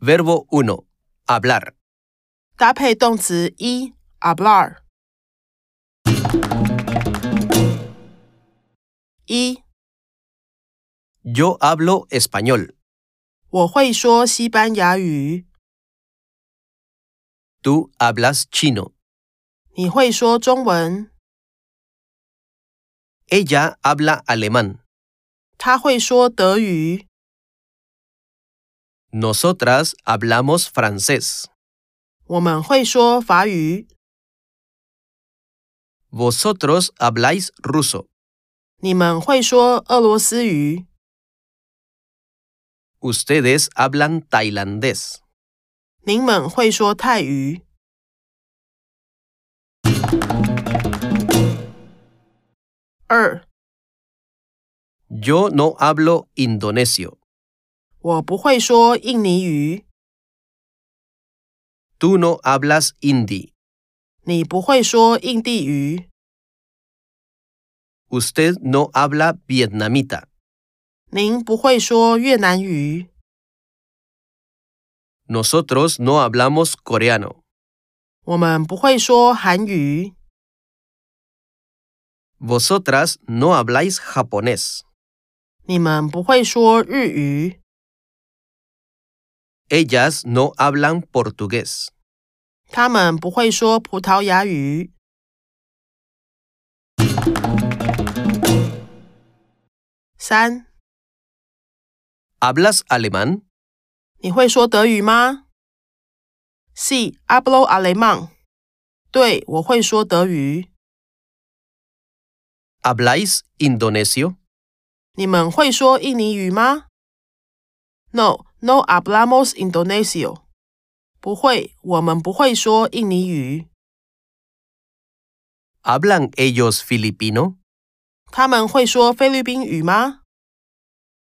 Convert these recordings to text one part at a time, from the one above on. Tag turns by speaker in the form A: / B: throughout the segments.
A: Verbo 1. Hablar.
B: 搭配动词一 hablar。一，
A: Yo hablo español.
B: 我会说西班牙语，
A: Tú hablas chino.
B: 你会说中文，
A: Ella habla alemán.
B: 他会说德语，
A: Nosotras hablamos francés.
B: 我们会说法语，
A: Vosotros habláis ruso.
B: 你们会说俄罗斯语，
A: Ustedes hablan tailandés.
B: 您们会说泰语。二，
A: Yo no hablo indonesio.
B: 我不会说印尼语，
A: Tú no hablas hindi.
B: 你不会说印地语，
A: Usted no habla vietnamita.
B: 您不会说越南语。
A: Nosotros no hablamos coreano.
B: 我们不会说韩语，
A: Vosotras no habláis japonés.
B: 你们不会说日语，
A: Ellas no hablan portugués.
B: 他们不会说葡萄牙语。三，
A: ¿Hablas alemán?
B: 你会说德语吗？C. hablo alemán。对，我会说德语。
A: ¿Habláis indonesio?
B: 你们会说印尼语吗？No, no hablamos indonesio。不会，我们不会说印尼语。
A: ¿Hablan ellos filipino?
B: 他们会说菲律宾语吗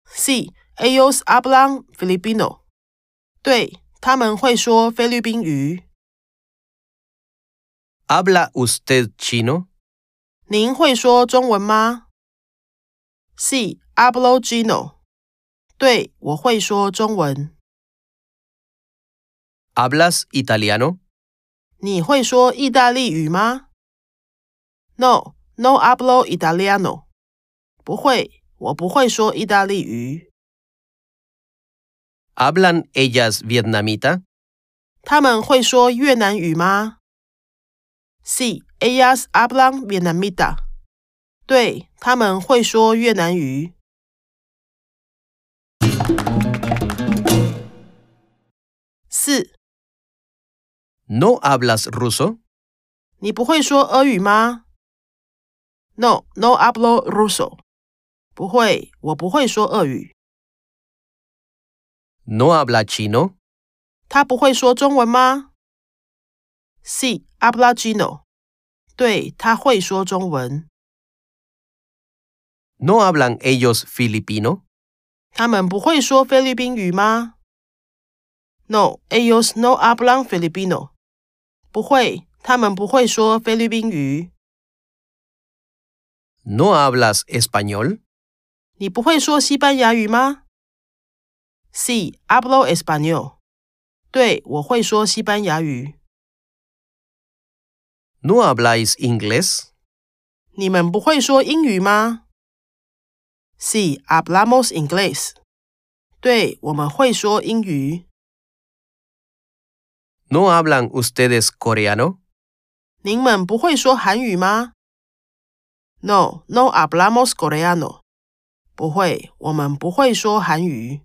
B: ？C. Ellos hablan filipino。对，他们会说菲律宾语。
A: ¿Habla usted chino?
B: 您会说中文吗？C. Hablo Gino。对，我会说中文。
A: ¿Hablas italiano?
B: 你会说意大利语吗？No, no hablo italiano。不会，我不会说意大利语。
A: ¿Hablan ellas vietnamita?
B: 他们会说越南语吗？Sí, ellas hablan vietnamita。对，他们会说越南语。四，
A: ¿No hablas ruso?
B: 你不会说俄语吗？No, no hablo ruso。不会，我不会说俄语。
A: ¿No habla chino?
B: 他不会说中文吗？Sí, habla chino。对，他会说中文。
A: ¿No hablan ellos filipino?
B: 他们不会说菲律宾语吗？No, ellos no hablan filipino。不会，他们不会说菲律宾语。
A: ¿No hablas español?
B: 你不会说西班牙语吗？Sí, hablo español。对，我会说西班牙语。
A: ¿No habláis inglés?
B: 你们不会说英语吗？Sí, hablamos inglés。对，我们会说英语。
A: ¿No hablan ustedes coreano?
B: 您们不会说韩语吗？No, no hablamos coreano。不会，我们不会说韩语。